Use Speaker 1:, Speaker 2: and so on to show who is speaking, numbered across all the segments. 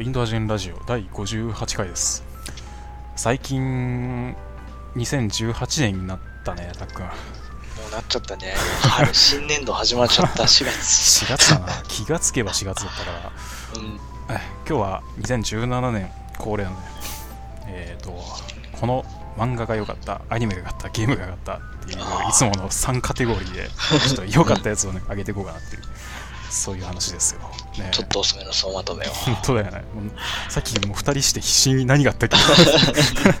Speaker 1: インドア人ラジオ第58回です最近2018年になったねたっくん
Speaker 2: もうなっちゃったね。春新年度始まっちゃった4 月。
Speaker 1: 4月だな気がつけば4月だったから
Speaker 2: うん。
Speaker 1: え今日は2017年恒例のねえー、とこの漫画が良かったアニメが良かったゲームが良かったっていう
Speaker 2: あー
Speaker 1: いつもの3カテゴリーでちょっと良かったやつをね上げていこうかなっていうそういう話ですよ、ね、
Speaker 2: ちょっと遅めの総まとめを。
Speaker 1: 本当だよねもうさっきもう2人して必死に何があったっけ
Speaker 2: そうだ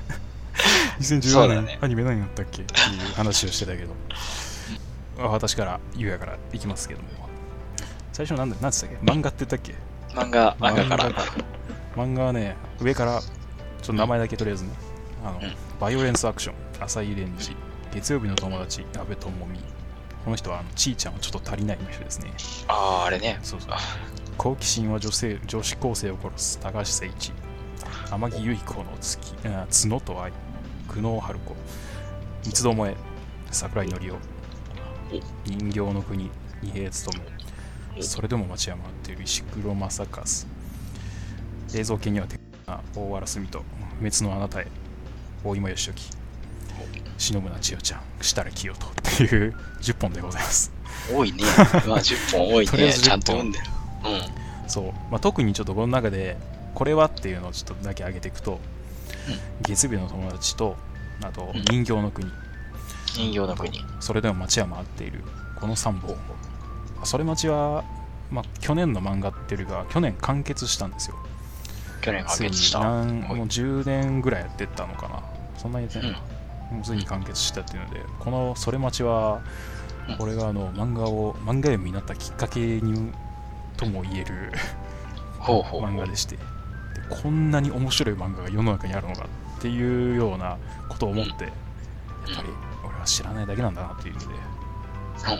Speaker 1: 2017年
Speaker 2: ね
Speaker 1: アニメ何があったっけっていう話をしてたけどあ私からゆうやからいきますけども最初なんだ何て言ったっけ漫画って言ったっけ
Speaker 2: 漫画、漫画から。
Speaker 1: 漫画はね上からちょっと名前だけとりあえずねあの、
Speaker 2: うん
Speaker 1: バイオレンスアクション浅井レンジ月曜日の友達阿部智美この人はあのちーちゃんはちょっと足りないの人ですね
Speaker 2: ああ、あれね。
Speaker 1: そうそう好奇心は女性女子高生を殺す高橋誠一天城由衣子の月あ角と愛久能春子三つどもえ桜井紀夫人形の国二平勤それでも町山っていう石黒正和映像系には手な大原澄と不滅のあなたへ大今義時篠村千代ちゃん設楽清人っていう10本でございます
Speaker 2: 多 いね。まあ10本多い
Speaker 1: とりあえ
Speaker 2: ね。
Speaker 1: ず10
Speaker 2: ちゃんと読んでる。うん。
Speaker 1: そう、まあ、特にちょっとこの中でこれはっていうのをちょっとだけ上げていくと、月曜日の友達とあと
Speaker 2: うん
Speaker 1: 人形の国、
Speaker 2: 人形の国。
Speaker 1: それでも町は回っているこの3本あそれ町は、まあ、去年の漫画っていうよりか去年完結したんですよ
Speaker 2: 去年完結した。
Speaker 1: ついに何
Speaker 2: はい
Speaker 1: もう10年ぐらいやってったのかなそんなにやって
Speaker 2: う
Speaker 1: ない
Speaker 2: ん
Speaker 1: な、もうついに完結したっていうのでこの「それ待ちは」
Speaker 2: うん
Speaker 1: これがあの漫画を漫画読みになったきっかけにとも言える
Speaker 2: ほうほう
Speaker 1: 漫画でしてでこんなに面白い漫画が世の中にあるのかっていうようなことを思って、やっぱり俺は知らないだけなんだなっていうので、も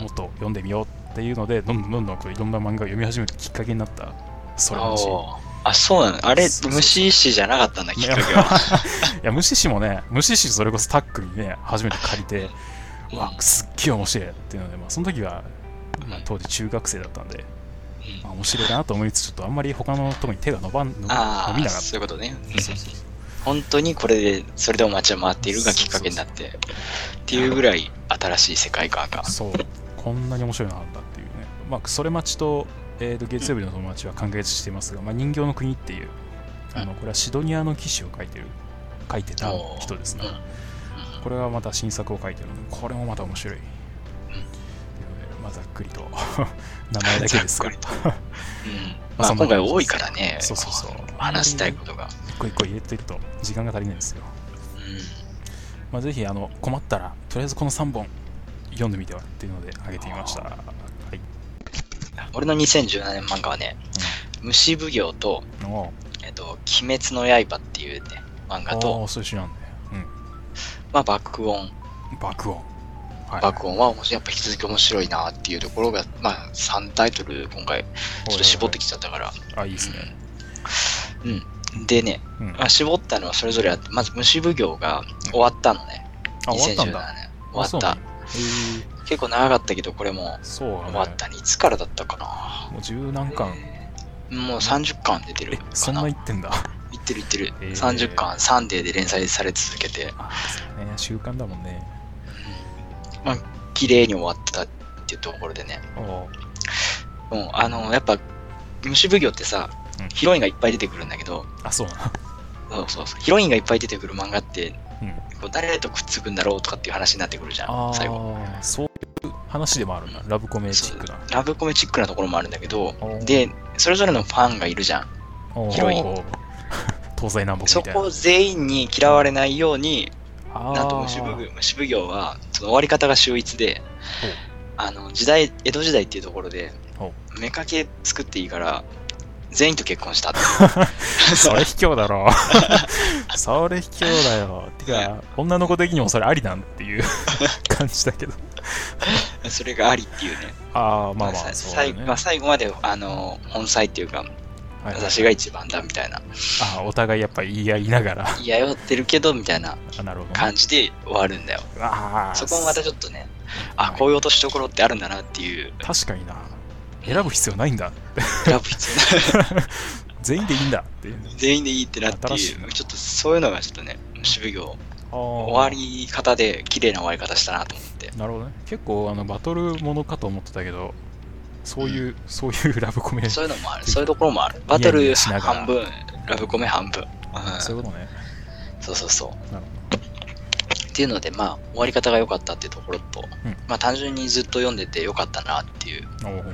Speaker 1: っと読んでみようっていうのでどんどんどんどんこういろんな漫画を読み始めるきっかけになったそれ
Speaker 2: あ
Speaker 1: 待ち。
Speaker 2: ーあ、そうなのあれ、
Speaker 1: そうそうそう
Speaker 2: 虫師じゃなかったんだ、き
Speaker 1: い
Speaker 2: っ
Speaker 1: や
Speaker 2: かけは。
Speaker 1: いや、無視しもね、無視しそれこそタックにね、初めて借りて、うわ、すっげえ面白いっていうので、まあ、その時は、まあ、当時中学生だったんで、
Speaker 2: うん
Speaker 1: まあ、面白いなと思いつつ、ちょっとあんまり他のとこに手が伸ばん伸び伸びな
Speaker 2: あ
Speaker 1: か
Speaker 2: あ、
Speaker 1: った。
Speaker 2: そういうことね。うん
Speaker 1: そうそうそう
Speaker 2: 本当にこれで、それでも街は回っているがきっかけになって、っていうぐらい新しい世界観が。
Speaker 1: そう、こんなに面白いのあったっていうね。まあ、それ待ちと、えーと月曜日の友達は完結していますが、まあ、人形の国っていう、あのこれはシドニアの騎士を書いてる、書いてた人ですね。これはまた新作を書いてるのこれもまた面白い、まあ、ざっくりと 名前だけですが
Speaker 2: ざっく り
Speaker 1: 一
Speaker 2: うん
Speaker 1: まあ
Speaker 2: まあ、
Speaker 1: そんな
Speaker 2: 今回多いからね、
Speaker 1: そうそうそう
Speaker 2: 話したいことが。
Speaker 1: 個一個入れていくと時間が足りないんですよ、
Speaker 2: うん
Speaker 1: まあ、ぜひあの困ったらとりあえずこの3本読んでみてはっていうので上げてみましたはい、
Speaker 2: 俺の2017年漫画はね、虫奉行と、
Speaker 1: うん、お
Speaker 2: えっと、鬼滅の刃っていうね、漫画
Speaker 1: お
Speaker 2: と、
Speaker 1: ーそういう知らんね、
Speaker 2: まあ、爆音。
Speaker 1: うん、爆音、は
Speaker 2: 爆音は面白いやっぱ引き続き面白いなっていうところが、まあ、3タイトル今回、ちょっと絞ってきちゃったから。
Speaker 1: あいいですね、
Speaker 2: うん。でね、
Speaker 1: うん、
Speaker 2: まあ、絞ったのはそれぞれあって、まず虫奉行が終わったのね。
Speaker 1: あ終わったん
Speaker 2: 2017
Speaker 1: だ
Speaker 2: 年。
Speaker 1: あ
Speaker 2: 終
Speaker 1: そ
Speaker 2: わ
Speaker 1: うなんだ。
Speaker 2: った
Speaker 1: へ
Speaker 2: 結構長かったけど、これも
Speaker 1: ーそう
Speaker 2: 終わ
Speaker 1: だ
Speaker 2: っ
Speaker 1: ね
Speaker 2: たに、いつからだったかな。
Speaker 1: もう十何巻
Speaker 2: もう30巻出て
Speaker 1: え
Speaker 2: るかな。
Speaker 1: そんな言ってんだ
Speaker 2: いってるいってる、
Speaker 1: えー
Speaker 2: 30巻サンデーで連載され続けて
Speaker 1: あ そうね習慣だもんね
Speaker 2: まあ綺麗に終わってたっていうところでね
Speaker 1: おお
Speaker 2: もうあのやっぱ虫奉行ってさ
Speaker 1: うん
Speaker 2: ヒロインがいっぱい出てくるんだけど、
Speaker 1: あそうなの
Speaker 2: そうそうそうヒロインがいっぱい出てくる漫画って、
Speaker 1: うん
Speaker 2: こう誰とくっつくんだろうとかっていう話になってくるじゃ
Speaker 1: あ
Speaker 2: ん
Speaker 1: ー
Speaker 2: 最後
Speaker 1: そういう話でもあるんだラブコメチックな
Speaker 2: ラブコメチックなところもあるんだけど
Speaker 1: おー
Speaker 2: でそれぞれのファンがいるじゃん
Speaker 1: おー
Speaker 2: ヒロイン
Speaker 1: 東西南北
Speaker 2: そ
Speaker 1: みたいな
Speaker 2: こ全員に嫌われないように
Speaker 1: あー
Speaker 2: なんと虫奉行虫奉行はその終わり方が秀逸で
Speaker 1: ほう
Speaker 2: あの時代江戸時代っていうところで
Speaker 1: ほ
Speaker 2: 妾作っていいから全員と結婚したって
Speaker 1: それ卑怯だ ろそれ卑怯だよてか女の子的にもそれありなんって いう感じだけど
Speaker 2: それがありっていうね
Speaker 1: ああまあまあ
Speaker 2: さ
Speaker 1: そうだよ
Speaker 2: 最後
Speaker 1: ね
Speaker 2: まあ最後まであの本妻っていうか
Speaker 1: はいはい
Speaker 2: 私が一番だみたいな
Speaker 1: あーお互いやっぱ言い合いなが ら
Speaker 2: 嫌よってるけどみたいな
Speaker 1: あなるほどね
Speaker 2: 感じで終わるんだよ
Speaker 1: あー
Speaker 2: そこもまたちょっとねあこういう落としどころってあるん だなっていう
Speaker 1: 確かにな選ぶ必要ないんだ
Speaker 2: 選ぶ必要
Speaker 1: 全員でいいんだっていう
Speaker 2: 全員でいいってなって
Speaker 1: 新しいな
Speaker 2: ちょっとそういうのがちょっとね渋業
Speaker 1: 終
Speaker 2: 終わり方で綺麗な終わり方したなと思って
Speaker 1: なるほどね結構あのバトルものかと思ってたけどそういう、そういうラブコメ
Speaker 2: そういうのもあるそういうところもあるバトル
Speaker 1: ニヤニヤしながら
Speaker 2: 半分ラブコメ半分、うん
Speaker 1: そういうことね
Speaker 2: そうそうそう
Speaker 1: なる
Speaker 2: っていうのでまあ終わり方が良かったっていうところと、
Speaker 1: うん
Speaker 2: まあ単純にずっと読んでて良かったなっていう
Speaker 1: ほどおー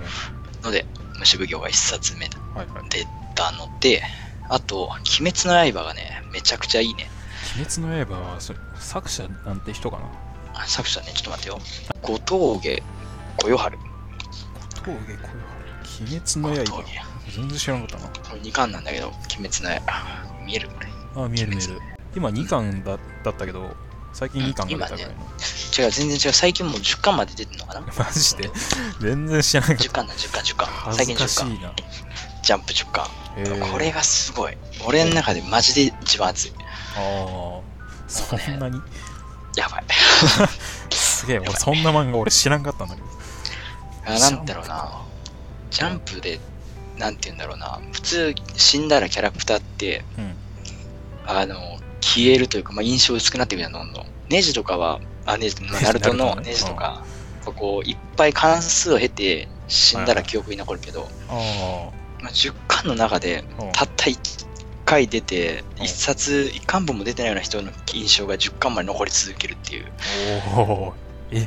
Speaker 2: ので虫奉行が1冊目
Speaker 1: はいはい
Speaker 2: 出たのであと「鬼滅の刃」がねめちゃくちゃいいね
Speaker 1: 「鬼滅の刃は」それ作者なんて人かな
Speaker 2: あ作者ねちょっと待ってよ後藤家小夜春
Speaker 1: 峠これ鬼滅の刃全然知らなかっ
Speaker 2: これ2巻なんだけど「鬼滅の刃」見えるこれ
Speaker 1: たなあ見える見える今2巻だだったけど最近2巻が出たぐらいの、
Speaker 2: 違う全然違う最近もう10巻まで出てんのかな
Speaker 1: マジで全然知らなかっ
Speaker 2: 10巻だ10巻10
Speaker 1: た
Speaker 2: 巻
Speaker 1: 恥ず
Speaker 2: 最近
Speaker 1: かし
Speaker 2: 10巻
Speaker 1: いな、
Speaker 2: ジャンプ10巻
Speaker 1: えー、
Speaker 2: これがすごい俺の中でマジで一番熱い
Speaker 1: ああそんなに
Speaker 2: やばい
Speaker 1: すげえ俺そんな漫画俺知らんかったんだけど
Speaker 2: あなんだろうなジャンプでなんて言うんだろうな普通死んだらキャラクターって
Speaker 1: うん
Speaker 2: あの消えるというか、まあ、印象薄くなっていくじゃんどんどんネジとかは あネジ、まあナルト
Speaker 1: ナル
Speaker 2: の
Speaker 1: トね
Speaker 2: ネジとか、こういっぱい関数を経て死んだら記憶に残るけど、
Speaker 1: あ
Speaker 2: まあ、10巻の中で
Speaker 1: あうん
Speaker 2: たった1回出て
Speaker 1: うん
Speaker 2: 1冊1巻分も出てないような人の印象が10巻まで残り続けるっていう
Speaker 1: おお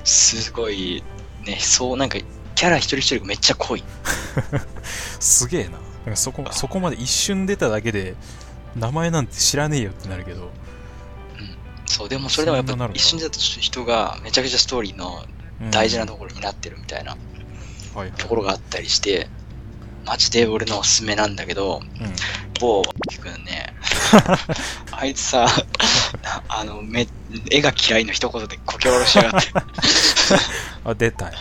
Speaker 2: すごいねそうなんかキャラ一人一人がめっちゃ濃い
Speaker 1: すげえななんかそこそこまで一瞬出ただけで名前なんて知らねえよってなるけど
Speaker 2: そうでもそれでもやっ
Speaker 1: そんななる
Speaker 2: ぱ
Speaker 1: んだ
Speaker 2: 一瞬だと人がめちゃくちゃストーリーの大事なところになってるみたいな
Speaker 1: はいはい
Speaker 2: ところがあったりしてマジで俺のおすすめなんだけど
Speaker 1: うん
Speaker 2: 某く んねあいつさ なあのめ絵が嫌いの一言でこけおろしやがって
Speaker 1: あ出たよ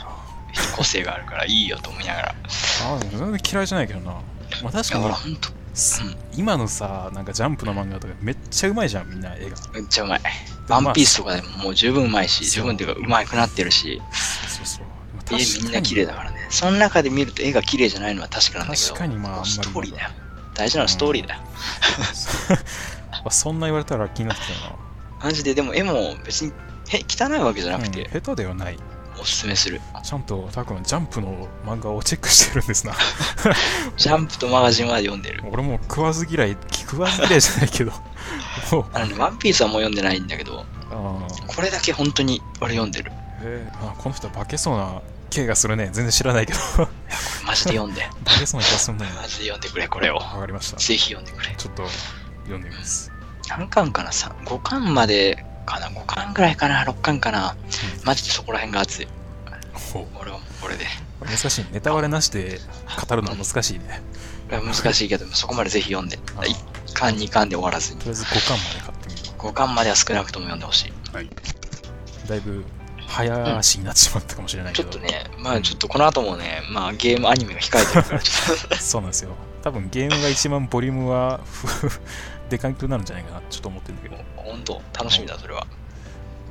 Speaker 2: 個性があるからいいよと思いながら
Speaker 1: あでも全然嫌いじゃないけどなまあ確か
Speaker 2: だ
Speaker 1: に
Speaker 2: か
Speaker 1: ほ
Speaker 2: ら
Speaker 1: ら
Speaker 2: ほんと
Speaker 1: す今のさなんかジャンプの漫画とかめっちゃうまいじゃんみんな絵が
Speaker 2: めっちゃうまいワンピースとかでももう十分うまいし
Speaker 1: そう
Speaker 2: 十分っていうかうまくなってるし
Speaker 1: そうそうまあ
Speaker 2: 絵
Speaker 1: 確かに
Speaker 2: みんな綺麗だからねその中で見ると絵が綺麗じゃないのは確かなんだけど
Speaker 1: 確かにまああんまり
Speaker 2: ストーリーだよ大事なのはストーリーだよ、
Speaker 1: あそんな言われたら気になってきたな
Speaker 2: マジででも絵も別にへ汚いわけじゃなく
Speaker 1: うん
Speaker 2: て、
Speaker 1: 下手ではない
Speaker 2: おすすめする
Speaker 1: ちゃんとたくんジャンプの漫画をチェックしてるんですな
Speaker 2: ジャンプとマガジンは読んでる
Speaker 1: 俺もう食わず嫌い食わず嫌いじゃないけど もう
Speaker 2: あのね、ワンピースはもう読んでないんだけど、
Speaker 1: あー
Speaker 2: これだけ本当に俺読んでる。
Speaker 1: えーあこの人は化けそうな気がするね全然知らないけど
Speaker 2: マジで読んで。
Speaker 1: 化けそうな気がするね
Speaker 2: マジで読んでくれ、これを。
Speaker 1: わかりましたち
Speaker 2: ぜひ読んでくれ。
Speaker 1: ょっと読んでみます
Speaker 2: 何巻かなさ ?5 巻までかな ?5 巻ぐらいかな ?6 巻かなマジでそこら辺が熱い。
Speaker 1: ほう
Speaker 2: 俺はこれで。
Speaker 1: 難しいネタバレなしで語るのは難しいね
Speaker 2: これは難しいけど、そこまでぜひ読んで。
Speaker 1: あー
Speaker 2: 1巻、2巻で終わらずに
Speaker 1: と。りあえず5巻まで買ってみよ
Speaker 2: 5巻までは少なくとも読んでほしい。
Speaker 1: うだいぶ早足になってしまったかもしれないけ
Speaker 2: ちょっ
Speaker 1: ど、
Speaker 2: とね、まあちょっとこの後もね、まあゲーム、アニメが控えてるから、ちょっと
Speaker 1: そうなんですよ多分ゲームが一番ボリュームは ふふでかくなるんじゃないかなちょっと思ってる んだけど
Speaker 2: 本当、楽しみだ、それは。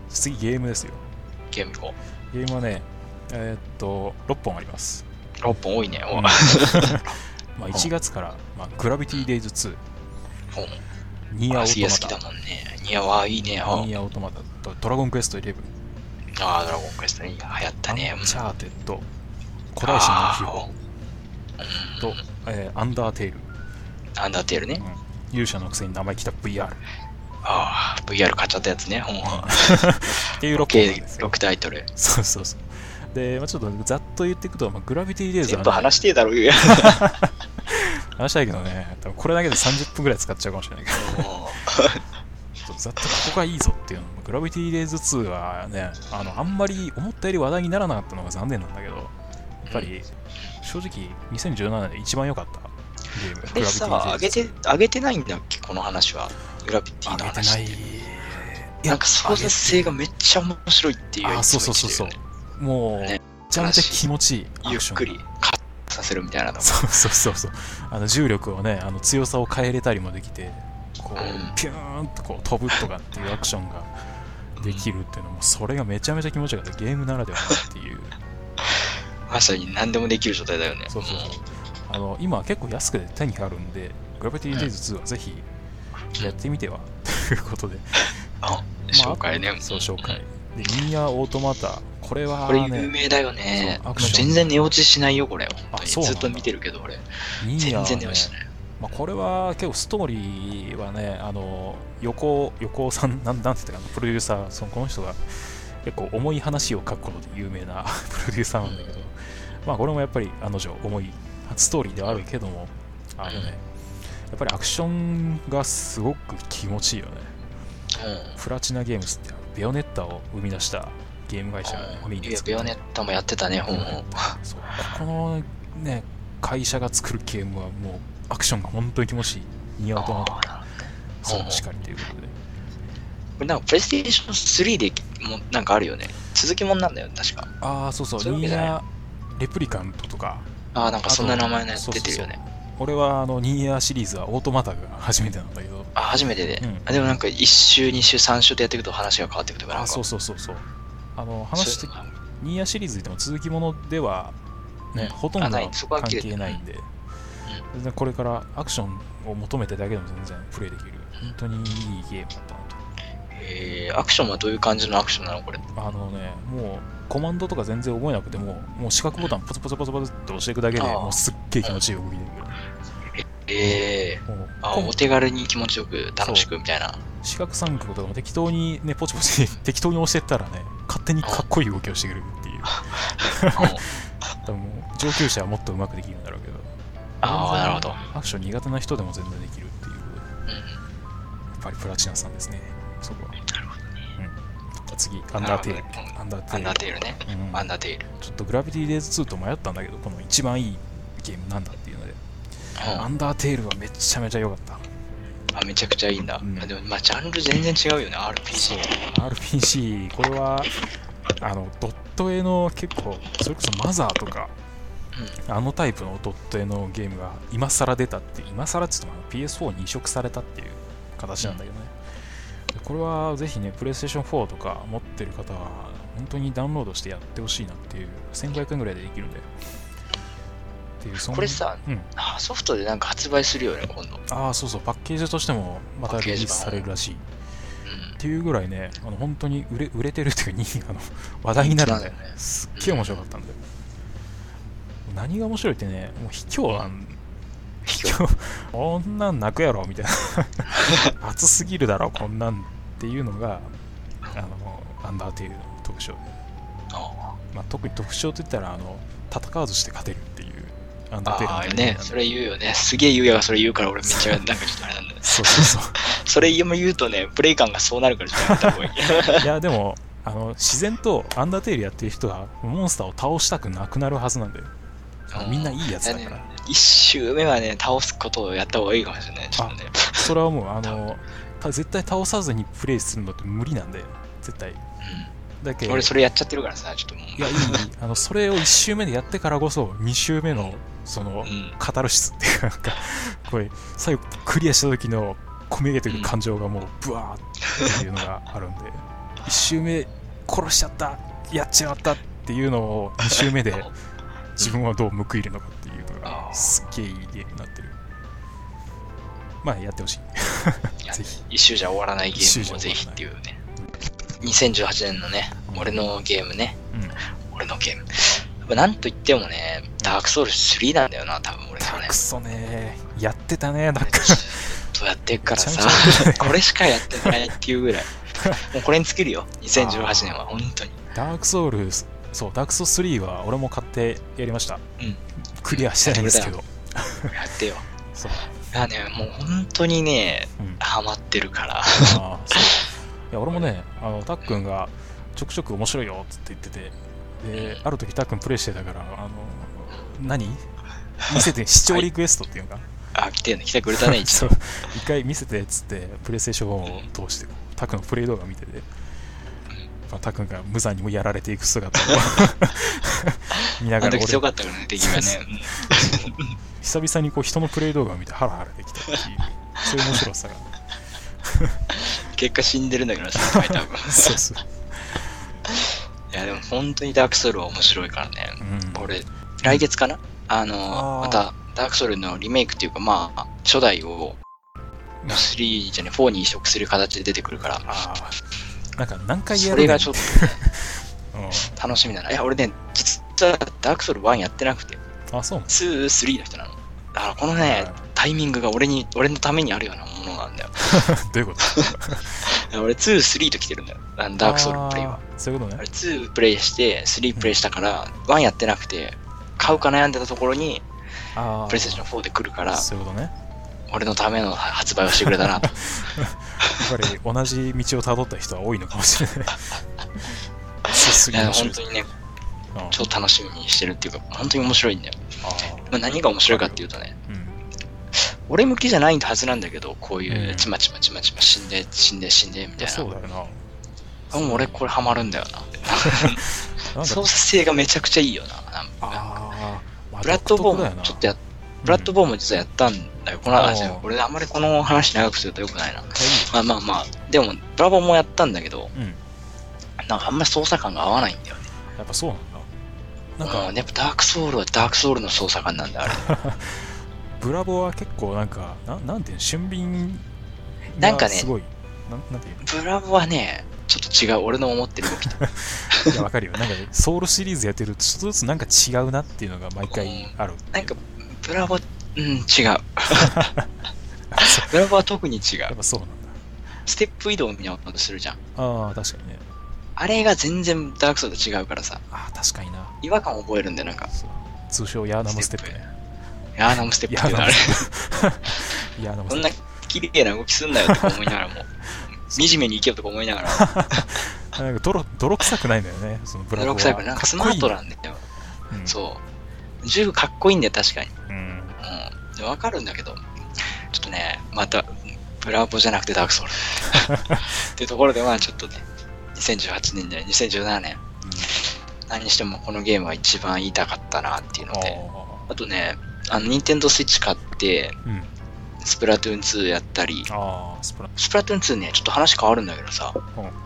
Speaker 1: 次ゲームですよ
Speaker 2: ゲーム行こう。
Speaker 1: ゲームはねえーっと6本あります
Speaker 2: 6本多いね。 おい
Speaker 1: まあ1月から、まあ、グラビティデイズ2
Speaker 2: ほう
Speaker 1: ニアオ
Speaker 2: あ
Speaker 1: ー
Speaker 2: す
Speaker 1: ト
Speaker 2: げえ
Speaker 1: マ
Speaker 2: 好き
Speaker 1: タ
Speaker 2: だもんね。ニアはいいね。あ
Speaker 1: ニアオートマタとドラゴンクエスト11、
Speaker 2: あー、ドラゴンクエストね。いや流行ったね
Speaker 1: ア。ンチャーテッド、古代史の秘宝と、えーアンダーテイル、
Speaker 2: アンダーテールね。
Speaker 1: 勇者のくせに生意気だ VR っ
Speaker 2: ああ、VR 買っちゃったやつね。ほん
Speaker 1: ていう6本なん
Speaker 2: 計
Speaker 1: ですよ。
Speaker 2: 6タイトル。
Speaker 1: そうそうそう。で、まあ、ちょっとざっと言っていくと、まあ、グラビティ・デイズ
Speaker 2: 全
Speaker 1: は
Speaker 2: 部
Speaker 1: ね、
Speaker 2: 話してえだろ、言う やん。
Speaker 1: 話したいけどね、多分これだけで30分ぐらい使っちゃうかもしれないけど、
Speaker 2: も
Speaker 1: ちょっとざっとここがいいぞっていうのも、グラビティ・デイズ2はね、あのあんまり思ったより話題にならなかったのが残念なんだけど、やっぱり正直、2017年で一番良かったゲーム、
Speaker 2: うこれさ、上げて、上げてないんだっけ、この話は。グラビティの
Speaker 1: 上げて
Speaker 2: 話
Speaker 1: ない。
Speaker 2: なんか創造性がめっちゃ面白いっていう。
Speaker 1: あ、
Speaker 2: い
Speaker 1: そ
Speaker 2: つも
Speaker 1: うそうそうそう
Speaker 2: 言って。
Speaker 1: もう、
Speaker 2: ね
Speaker 1: めちゃめちゃ気持ちいい。
Speaker 2: るよねゆっくり
Speaker 1: アクションが。
Speaker 2: カッとさせるみたいなの。
Speaker 1: そうそうそうそう。あの重力をね、あの強さを変えれたりもできて、こ
Speaker 2: うん
Speaker 1: う、ピューンとこう飛ぶとかっていうアクションができるっていうのも、それがめちゃめちゃ気持ちよかった。ゲームならではっていう。
Speaker 2: まさに何でもできる状態だよね。
Speaker 1: そうそう
Speaker 2: も
Speaker 1: そう。あの今結構安くて手に入るんで、グラビティ・デイズ2はぜひやってみてはということで、
Speaker 2: あ、
Speaker 1: まあ
Speaker 2: 紹介ね。
Speaker 1: そう、紹介。で、ニーヤー・オートマタ、これは
Speaker 2: これ有
Speaker 1: ね、
Speaker 2: 名だよね。
Speaker 1: そう
Speaker 2: も
Speaker 1: ア
Speaker 2: う
Speaker 1: クション
Speaker 2: 全然寝落ちしないよ、これ。本当
Speaker 1: あ
Speaker 2: に
Speaker 1: そうなんだ
Speaker 2: ずっと見てるけど、俺。
Speaker 1: ニーヤー、
Speaker 2: 全然
Speaker 1: ね
Speaker 2: 寝落ちしない。
Speaker 1: まあ、これは結構ストーリーはね、あの横横尾さん、 なんなんて言ったかな、プロデューサー、そのこの人が結構重い話を書くことで有名な プロデューサーなんだけど、まあ、これもやっぱり、あの女、重いストーリーではあるけども、あのね、やっぱりアクションがすごく気持ちいいよね。
Speaker 2: う
Speaker 1: プラチナゲームスって、ベヨネッタを生み出したゲーム会社が
Speaker 2: ん。
Speaker 1: 海
Speaker 2: い
Speaker 1: で
Speaker 2: や、
Speaker 1: 作
Speaker 2: ベ
Speaker 1: っ
Speaker 2: ヨ
Speaker 1: た
Speaker 2: ネッタもやってたね、本 を。
Speaker 1: そうここのね、会社が作るゲームはもうアクションが本当に気持ちいい。似合うと思った
Speaker 2: あーなんだ
Speaker 1: そうしかりということで。
Speaker 2: これなんか、プレイステーション3でもなんかあるよね。続きもんなんだよ、確か。
Speaker 1: ああ、そうそう、
Speaker 2: そういうわ
Speaker 1: ニ
Speaker 2: け
Speaker 1: ー
Speaker 2: じゃない
Speaker 1: ヤレプリカントとか、
Speaker 2: ああ、なんかそんな名前のやつ
Speaker 1: あと
Speaker 2: 出てるよね。
Speaker 1: 俺はあのニーヤシリーズはオートマタが初めてなんだけど、
Speaker 2: あ、初めてで
Speaker 1: うん。
Speaker 2: あでもなんか、1週、2週、3週ってやっていくと話が変わってくるから。
Speaker 1: あ
Speaker 2: なん
Speaker 1: ー
Speaker 2: か
Speaker 1: そうそうそうそう。あの話して、ニーヤシリーズでも続きものでは、ね、
Speaker 2: うん
Speaker 1: ほとん
Speaker 2: あ
Speaker 1: ど
Speaker 2: ない
Speaker 1: は
Speaker 2: そこは
Speaker 1: 関
Speaker 2: 切れて
Speaker 1: 係ないんで、全然これからアクションを求めてだけでも全然プレイできる、本当にいいゲームだったなと。
Speaker 2: えーアクションはどういう感じのアクションなのこれ。
Speaker 1: あのね、もうコマンドとか全然覚えなくても、もう四角ボタンポツポツポツポツって押していくだけで
Speaker 2: あー
Speaker 1: もうすっげえ気持ちいい動きできる
Speaker 2: えー、
Speaker 1: もう
Speaker 2: あお手軽に気持ちよく楽しくみたいな。
Speaker 1: 四角三角とかも適当にねポチポチ 適当に押してったらね勝手にかっこいい動きをしてくれるって いう
Speaker 2: うん
Speaker 1: 多分上級者はもっとうまくできるんだろうけど
Speaker 2: ああ、なるほど。
Speaker 1: アクション苦手な人でも全然できるっていうことでや
Speaker 2: うん
Speaker 1: っぱりプラチナさんですねそこは
Speaker 2: なるほどね。
Speaker 1: じゃあ次アンダーテール
Speaker 2: なるほど
Speaker 1: アンダー
Speaker 2: アン
Speaker 1: テ
Speaker 2: ダ
Speaker 1: ー
Speaker 2: ーテールね。
Speaker 1: ル、うん
Speaker 2: アンダーテール。
Speaker 1: ちょっとグラビティデイズ2と迷ったんだけどこの一番いいゲームなんだっていうので、
Speaker 2: うん
Speaker 1: アンダーテールはめちゃめちゃ良かった
Speaker 2: あ、めちゃくちゃいいんだ。
Speaker 1: うん
Speaker 2: あでも、まあ、ジャンル全然違うよね、
Speaker 1: そう
Speaker 2: RPG って。
Speaker 1: RPG これはあのドット絵の結構それこそマザーとかあのタイプのドット絵のゲームが今更出たって今更っつってもあの PS4 に移植されたっていう形なんだけどね、でこれはぜひね PlayStation 4とか持ってる方は本当にダウンロードしてやってほしいなっていう1500円ぐらいでできるんでっていうそん
Speaker 2: これさ
Speaker 1: うん、
Speaker 2: あソフトでなんか発売するよね、今度。うん。
Speaker 1: ああそうそうパッケージとしてもまた
Speaker 2: パッケ
Speaker 1: リリ
Speaker 2: ージ
Speaker 1: ー
Speaker 2: 版
Speaker 1: スされるらしいっていうぐらいねあの本当に売れ売れてるっていうかにあの話題になるんで、
Speaker 2: 人気なんだよね
Speaker 1: すっげえ面白かったんだよ、何が面白いってねもう卑怯なん卑怯こんなん泣くやろみたい な熱すぎるだろこんなんっていうのがあのアンダーテイルの特徴で、
Speaker 2: あ
Speaker 1: まあ、特に特徴といったらあの戦わずして勝てるっていうアンダーテイルの
Speaker 2: あー、
Speaker 1: 特徴なん
Speaker 2: ね
Speaker 1: だ、
Speaker 2: それ言うよね。すげえゆうやがそれ言うから、俺めっちゃ、なんかちょっとあれなんだね。
Speaker 1: そうそうそう
Speaker 2: それも言うとね、プレイ感がそうなるから、ちょっとやめた方 がいい。
Speaker 1: いやでもあの自然とアンダーテイルやってる人はモンスターを倒したくなくなるはずなんだよあのみんないいやつだから、
Speaker 2: ね一周目はね、倒すことをやった方がいいかもしれない。ちょっとね。
Speaker 1: それはもうあのた絶対倒さずにプレイするのって無理なんで絶対だけ
Speaker 2: うん
Speaker 1: ど
Speaker 2: 俺それやっちゃってるからさ、ちょっともう。
Speaker 1: いやいいいいあのそれを1周目でやってからこそ2周目のその、
Speaker 2: うん
Speaker 1: カタルシスっていうかなんかこれ最後クリアした時の込み上げてくる感情がもうブワーっていうのがあるんで1周目殺しちゃったやっちまったっていうのを2周目で自分はどう報いるのかっていうのがすっげえいいゲームになってるまあやってほしい
Speaker 2: いや
Speaker 1: ぜひ
Speaker 2: 一周じゃ終わらないゲームもぜひっていうね2018年のね
Speaker 1: うん
Speaker 2: 俺のゲームね
Speaker 1: うん
Speaker 2: 俺のゲームやっぱなんといってもねダークソウル3なんだよな多分俺はね
Speaker 1: くそねやってたねなんか
Speaker 2: ずっとやってるから
Speaker 1: めちゃめちゃや って
Speaker 2: さ
Speaker 1: るね
Speaker 2: これしかやってないっていうぐらいもうこれに尽きるよ2018年は本当に
Speaker 1: ダークソウルそうダークソウル3は俺も買ってやりました、
Speaker 2: うん
Speaker 1: クリアしてないんですけど
Speaker 2: やってよ
Speaker 1: そう、
Speaker 2: いやねもう本当にね
Speaker 1: うん
Speaker 2: ハマってるから
Speaker 1: ああそういや俺もねあのたっくんがちょくちょく面白いよっつって言っててである時たっくんプレイしてたからあの何見せて視聴リクエストっていうのか、
Speaker 2: あ来てんの来てくれ たね一
Speaker 1: そ
Speaker 2: 度
Speaker 1: う一回見せてっつってプレイステーションを通してたっくんのプレイ動画見てて、まあ、たっくんが無残にもやられていく 姿を見な
Speaker 2: あ
Speaker 1: がら
Speaker 2: の時
Speaker 1: 俺
Speaker 2: 強かったからね出来がね
Speaker 1: そう
Speaker 2: うん
Speaker 1: 久々にこう人のプレイ動画を見てハラハラできたっていうそういう面白さ が
Speaker 2: 結果死んでるん だけどさ多分
Speaker 1: そうそう
Speaker 2: いやでも本当にダークソウルは面白いからね。
Speaker 1: うん
Speaker 2: 俺、来月かなあ
Speaker 1: あー
Speaker 2: のまたダークソウルのリメイクっていうか、まあ、初代を、3じゃね、4に移植する形で出てくるから、
Speaker 1: ああ。なんか何回や
Speaker 2: そ
Speaker 1: る
Speaker 2: れ
Speaker 1: の
Speaker 2: が
Speaker 1: に
Speaker 2: ちょっ
Speaker 1: うん
Speaker 2: と楽しみだな。いや、俺ね、実はダークソウル1やってなくて、
Speaker 1: あ、そう。
Speaker 2: 2、3の人なの。だからこのね、タイミングが俺に、俺のためにあるようなものなんだよ。
Speaker 1: どういうこと
Speaker 2: だから俺2、3と来てるんだよ。あのダークソウルのプレイは。
Speaker 1: あーそういうこと
Speaker 2: あ
Speaker 1: ね
Speaker 2: れ。2プレイして、3プレイしたから、1やってなくて、買うか悩んでたところに、
Speaker 1: ああ。
Speaker 2: プレイステーション4で来るから、
Speaker 1: そういうことね。
Speaker 2: 俺のための発売をしてくれた な。
Speaker 1: やっぱり同じ道をたどった人は多いのかもしれない。 さす
Speaker 2: い
Speaker 1: が
Speaker 2: や
Speaker 1: に面白
Speaker 2: 本
Speaker 1: い
Speaker 2: 当にね、
Speaker 1: うん
Speaker 2: 超楽しみにしてるっていうか、本当に面白いんだよ。
Speaker 1: あ
Speaker 2: まあ、何が面白いかっていうとね、
Speaker 1: ーうん
Speaker 2: 俺向きじゃないはずなんだけど、こうい
Speaker 1: うん
Speaker 2: うちまちまちまちま死んで、死んで、死んで、み
Speaker 1: い
Speaker 2: た
Speaker 1: や
Speaker 2: い
Speaker 1: そう
Speaker 2: な。
Speaker 1: だよな。
Speaker 2: でも俺これハマるんだよ
Speaker 1: な
Speaker 2: な。
Speaker 1: んだ
Speaker 2: 操作性がめちゃくちゃいいよな。なんか
Speaker 1: あー、まあ、
Speaker 2: ブラッドボ
Speaker 1: 独特だ
Speaker 2: ー
Speaker 1: よ
Speaker 2: ン
Speaker 1: な
Speaker 2: もちょっとやっ、ブラッドボーンも実はやったんだよ。この
Speaker 1: あー
Speaker 2: 話、俺あんまりこの話長くするとよくないな。
Speaker 1: う
Speaker 2: まあまあまあ、でも、ブラボーもやったんだけど、
Speaker 1: んうん。
Speaker 2: なんかあんまり操作感が合わないんだよね。
Speaker 1: やっぱそうなんだ。なん
Speaker 2: う
Speaker 1: か、
Speaker 2: んやっぱダークソウルはダークソウルの操作感なんだ、あれ。
Speaker 1: ブラボーは結構なんか、ななんていうの、俊敏
Speaker 2: なんか
Speaker 1: が
Speaker 2: ね
Speaker 1: すごい。なんなんていう
Speaker 2: ブラボーはね、ちょっと違う、俺の思ってる動きと
Speaker 1: のいや、わかるよ。なんか、ソウルシリーズやってると、ちょっとずつなんか違うなっていうのが毎回ある。
Speaker 2: なんか、ブラボー、うん、 違う。ブラボーは特に違
Speaker 1: やっ
Speaker 2: う。
Speaker 1: ぱそうなんだ。
Speaker 2: ステップ移動みたいなことするじゃん。
Speaker 1: ああ、確かにね。
Speaker 2: あれが全然ダークソウルと違うからさ、
Speaker 1: ああ、確かにな。
Speaker 2: 違和感を覚えるんだよ、なんか。
Speaker 1: そう通称、ヤーナムステップね。
Speaker 2: ヤーナムステップ
Speaker 1: ヤ
Speaker 2: ってい
Speaker 1: ー
Speaker 2: う
Speaker 1: ナ
Speaker 2: の
Speaker 1: ム
Speaker 2: あれ。
Speaker 1: ステップ。ヤーナム
Speaker 2: こん
Speaker 1: ス
Speaker 2: な
Speaker 1: テッ
Speaker 2: 綺麗な動きすんなよとか思いながら も、惨めに生けようとか思いながら、
Speaker 1: プ。なんか泥、泥臭くないんだよね。そのブラボ
Speaker 2: 泥
Speaker 1: ーは
Speaker 2: 臭いから、なんかスマート
Speaker 1: かっ
Speaker 2: なんだよ。
Speaker 1: こいいうん
Speaker 2: そう。十分かっこいいんだよ、確かに。
Speaker 1: うん。
Speaker 2: うんで。わかるんだけど、ちょっとね、また、ブラボーじゃなくてダークソウル。 っていうところで、まあちょっとね、2018年で2017年、何にしてもこのゲームは一番言いたかったなっていうので、
Speaker 1: あ
Speaker 2: あとね、あの、ニンテンドースイッチ買って、
Speaker 1: ーうん。
Speaker 2: スプラトゥーン2やったり、
Speaker 1: ああ、スプラ
Speaker 2: スプラトゥーン2ね、ちょっと話変わるんだけどさ、
Speaker 1: うん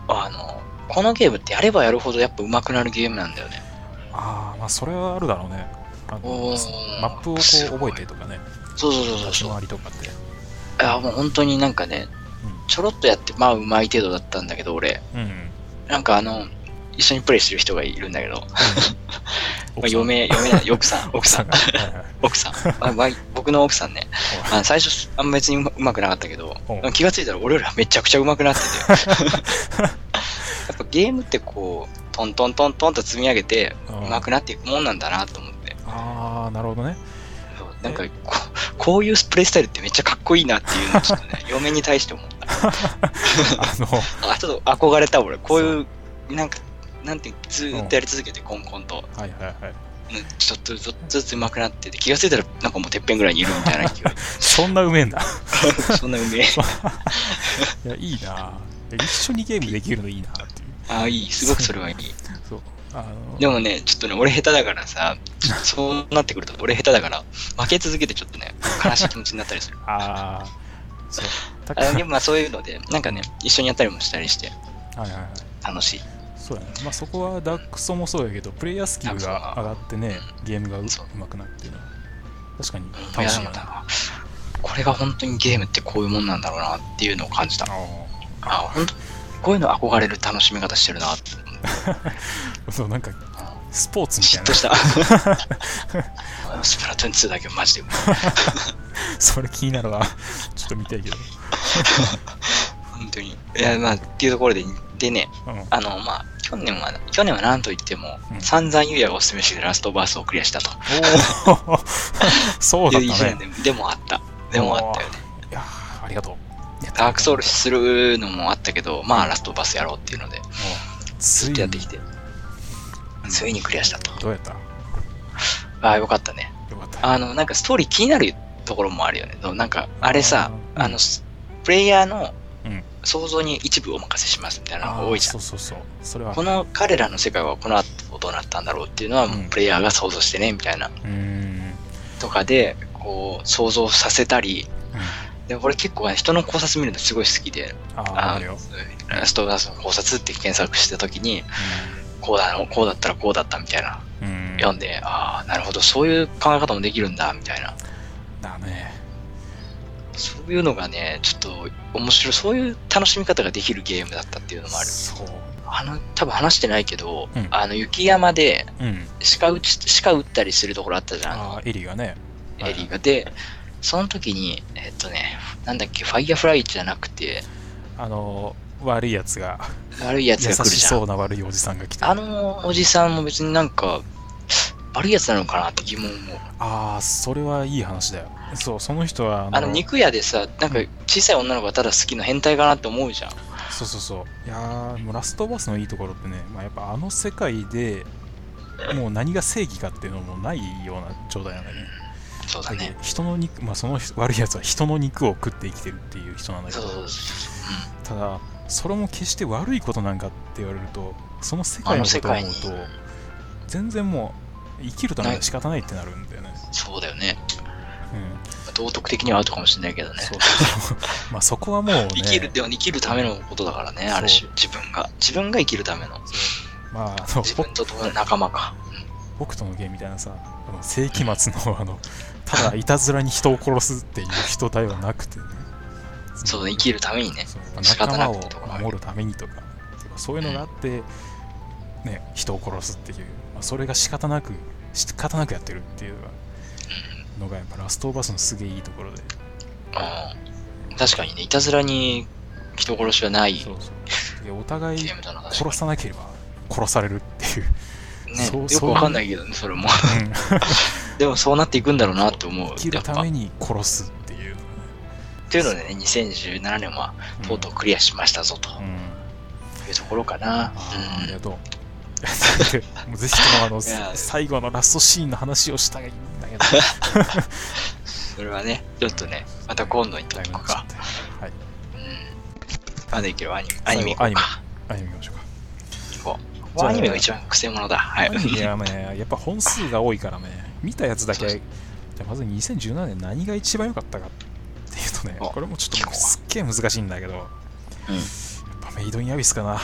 Speaker 2: あの、このゲームってやればやるほどやっぱ上手くなるゲームなんだよね。
Speaker 1: ああ、まあ、それはあるだろうね。あの
Speaker 2: おー
Speaker 1: マップをこ
Speaker 2: す
Speaker 1: う
Speaker 2: ご
Speaker 1: 覚
Speaker 2: い
Speaker 1: えてとかね、
Speaker 2: そうそうそうそう
Speaker 1: 立ち
Speaker 2: そう。
Speaker 1: 回りとかって。
Speaker 2: いや、もう本当になんかね、ちょろっとやって、まあ上手い程度だったんだけど、俺、
Speaker 1: うん。うん。
Speaker 2: なんかあの、一緒にプレイしてる人がいるんだけど、まあ、
Speaker 1: 奥さん
Speaker 2: 嫁、嫁な、 奥さん、奥さん、
Speaker 1: が。はいはい
Speaker 2: 奥さん、まあまあ僕の奥さんね、あの最初、あんま別にうまうまくなかったけど
Speaker 1: うん、
Speaker 2: 気がついたら俺よりはめちゃくちゃうまくなってて、 やっぱゲームってこう、トントントントンと積み上げて、
Speaker 1: う
Speaker 2: うんまくなっていくもんなんだなと思って、
Speaker 1: ああ、なるほどね。
Speaker 2: そうなんかこう、こういうプレイスタイルってめっちゃかっこいいなっていうのをちょっとね、 嫁に対して思った。
Speaker 1: あの、
Speaker 2: あ、ちょっと憧れた俺、こういう、なんか、なんていうずーっとやり続けて、コンコンと。
Speaker 1: はいはいはい。
Speaker 2: うんちょっとずつずつ上手くなってて、気がついたらなんかもうてっぺんぐらいにいるみたいな勢い。
Speaker 1: そんなうめえんだ。
Speaker 2: そんなうめえ。
Speaker 1: いや、いいな。いや一緒にゲームできるのいいなっていう。
Speaker 2: ああ、いい。すごくそれはいい。
Speaker 1: そう。あの
Speaker 2: でもね、ちょっとね、俺下手だからさ、ちょっとそうなってくると俺下手だから、負け続けてちょっとね、悲しい気持ちになったり する。
Speaker 1: ああ、そう。だから
Speaker 2: あでもまあそういうので、なんかね、一緒にやったりもしたりして、
Speaker 1: はいはいはい。
Speaker 2: 楽しい。
Speaker 1: そうやね。まあそこはダックソもそうやけど、プレイヤースキルが上がってね、ゲームがうう
Speaker 2: そう
Speaker 1: まくなるっていうのは、確かに
Speaker 2: うん
Speaker 1: 楽しいよ
Speaker 2: いや
Speaker 1: ね
Speaker 2: でも。なんかこれが本当にゲームってこういうもんなんだろうなっていうのを感じた。あ、本当こういうの憧れる楽しみ方してるなって。
Speaker 1: あそう、なんか、スポーツみた
Speaker 2: 嫉
Speaker 1: い
Speaker 2: 妬
Speaker 1: な。
Speaker 2: した。スプラトゥーン2だけマジで。
Speaker 1: それ気になるな。ちょっと見たいけど。
Speaker 2: 本当に。いや、まあ、っていうところで、でね、
Speaker 1: うん。
Speaker 2: あの、まあ、去年は、去年はなんといっても、
Speaker 1: うん
Speaker 2: 散々ゆうやがおすすめしてたラストバースをクリアしたと。
Speaker 1: おおそうだ
Speaker 2: いう
Speaker 1: った
Speaker 2: 一
Speaker 1: ね。
Speaker 2: 年ででもあった。でもあったよね。
Speaker 1: いやーありがとう。
Speaker 2: ダークソウ
Speaker 1: ル
Speaker 2: ルするのもあったけど、まあ、ラストバースやろうっていうので、
Speaker 1: つ
Speaker 2: ず
Speaker 1: い
Speaker 2: っとやって
Speaker 1: に
Speaker 2: きて、ついにクリアしたと。
Speaker 1: どうやったよ
Speaker 2: ああ、よかったね。
Speaker 1: かった。
Speaker 2: あの、なんかストーリー気になるところもあるよね。どうなんか、あれさ、
Speaker 1: あー
Speaker 2: あの、プレイヤーの
Speaker 1: うん
Speaker 2: 想像に一部お任せしますみたいなのが多いじゃん
Speaker 1: あー。そうそうそう。それは。
Speaker 2: この彼らの世界はこの後どうなったんだろうっていうのはも
Speaker 1: うん
Speaker 2: うプレイヤーが想像してねみたいな
Speaker 1: うーん。
Speaker 2: とかでこう想像させたり
Speaker 1: うん
Speaker 2: で俺結構人の考察見るのすごい好きで
Speaker 1: あ
Speaker 2: 「
Speaker 1: ーあ
Speaker 2: あ
Speaker 1: るよ。
Speaker 2: ラストガスの考察」って検索した時にこうだのこうだったらこうだったみたいな
Speaker 1: うん。うん
Speaker 2: 読んでああなるほどそういう考え方もできるんだみたいな
Speaker 1: だね。
Speaker 2: そういうのがね、ちょっと面白い、そういう楽しみ方ができるゲームだったっていうのもある。
Speaker 1: そう。
Speaker 2: あの多分話してないけど、
Speaker 1: うん
Speaker 2: あの雪山で
Speaker 1: うん。
Speaker 2: 鹿打ち鹿打ったりするところあったじゃん、
Speaker 1: ああ、エリーがね。はい
Speaker 2: エリーが。で、その時に、えっとね、なんだっけ、ファイヤーフライじゃなくて、
Speaker 1: あのー、悪いやつが、
Speaker 2: 悪いやつ
Speaker 1: 優
Speaker 2: が来る
Speaker 1: し
Speaker 2: じゃん。
Speaker 1: そうな悪いおじさんが来て。
Speaker 2: あのおじさんも別になんか、悪いやつなのかなって疑問も。
Speaker 1: ああ、それはいい話だよ。そう、その人は、
Speaker 2: あの肉屋でさ、なんか小さい女の子がただ好きな変態かなって思うじゃん。
Speaker 1: そうそうそう。いやーもうラストバスのいいところってね、まあ、やっぱあの世界で、もう何が正義かっていうのもないような状態なんだよね。
Speaker 2: そうだね。
Speaker 1: 人の肉、まあ、その人悪いやつは人の肉を食って生きてるっていう人なんだけ
Speaker 2: そう
Speaker 1: ど、
Speaker 2: そうそう。
Speaker 1: ただ、それも決して悪いことなんかって言われると、その世界のことを思う
Speaker 2: あの世
Speaker 1: と
Speaker 2: 界に、
Speaker 1: 全然もう生きるためには仕方ないってなるんだよね。
Speaker 2: うんそうだよね。
Speaker 1: うん、
Speaker 2: 道徳的にはアウトかもしれないけどね。
Speaker 1: そうそうそう まあそこはもうね、
Speaker 2: 生きるでは生きるためのことだからね、
Speaker 1: そう
Speaker 2: ある種。自分が。自分が生きるための。
Speaker 1: まあ、あの
Speaker 2: 自分と仲間か。
Speaker 1: 北斗のゲーみたいなさあの世紀末のあのただいたずらに人を殺すっていう人ではなくてね
Speaker 2: そうね、生きるためにね。
Speaker 1: そうやっぱ
Speaker 2: 仕方
Speaker 1: 仲間
Speaker 2: な
Speaker 1: を
Speaker 2: くてとか
Speaker 1: 守るためにとかてかそういうのがあって、ね、人を殺すっていう、まあ、それが仕方なく仕方なくやってるっていうのがやっぱラストオーバースのすげえいいところで
Speaker 2: うん。確かにね、いたずらに人殺しはない
Speaker 1: そうそうでお互い
Speaker 2: ゲームだな、確か
Speaker 1: 殺さなければ殺されるっていう、
Speaker 2: に。
Speaker 1: そうそ
Speaker 2: ね、
Speaker 1: う
Speaker 2: よくわかんないけどね、それも。
Speaker 1: うん
Speaker 2: でもそうなっていくんだろうなと思う
Speaker 1: 生。きる
Speaker 2: やったぱ。っ
Speaker 1: めに殺すっていうのがね
Speaker 2: ていうのでね、2017年は
Speaker 1: ん
Speaker 2: とうとうクリアしましたぞと
Speaker 1: うん
Speaker 2: いうところか
Speaker 1: あ
Speaker 2: な。
Speaker 1: ーあり
Speaker 2: う
Speaker 1: が
Speaker 2: ん。
Speaker 1: とう。 もうぜひともあの
Speaker 2: いや
Speaker 1: 最後のラストシーンの話をしたいんだけど、
Speaker 2: それはね、ちょっとね、また今度にと
Speaker 1: だいぶ
Speaker 2: こ
Speaker 1: な
Speaker 2: う
Speaker 1: っちゃ
Speaker 2: か
Speaker 1: っ。てはい、
Speaker 2: うん。まだいけるアニメ。アニメ行こ
Speaker 1: アニメア
Speaker 2: うか。
Speaker 1: ニメ見ましょうか。
Speaker 2: こう
Speaker 1: じゃあ
Speaker 2: アニメが一番くせ者だ。はい。
Speaker 1: アニメはね、やっぱ本数が多いからね、見たやつだけ、
Speaker 2: そう
Speaker 1: じ
Speaker 2: そ
Speaker 1: ゃあまず2017年何が一番良かったかっていうとね、
Speaker 2: お
Speaker 1: これもちょっとすっげえ難しいんだけど、やっ
Speaker 2: うん
Speaker 1: ぱメイドインアビスかな。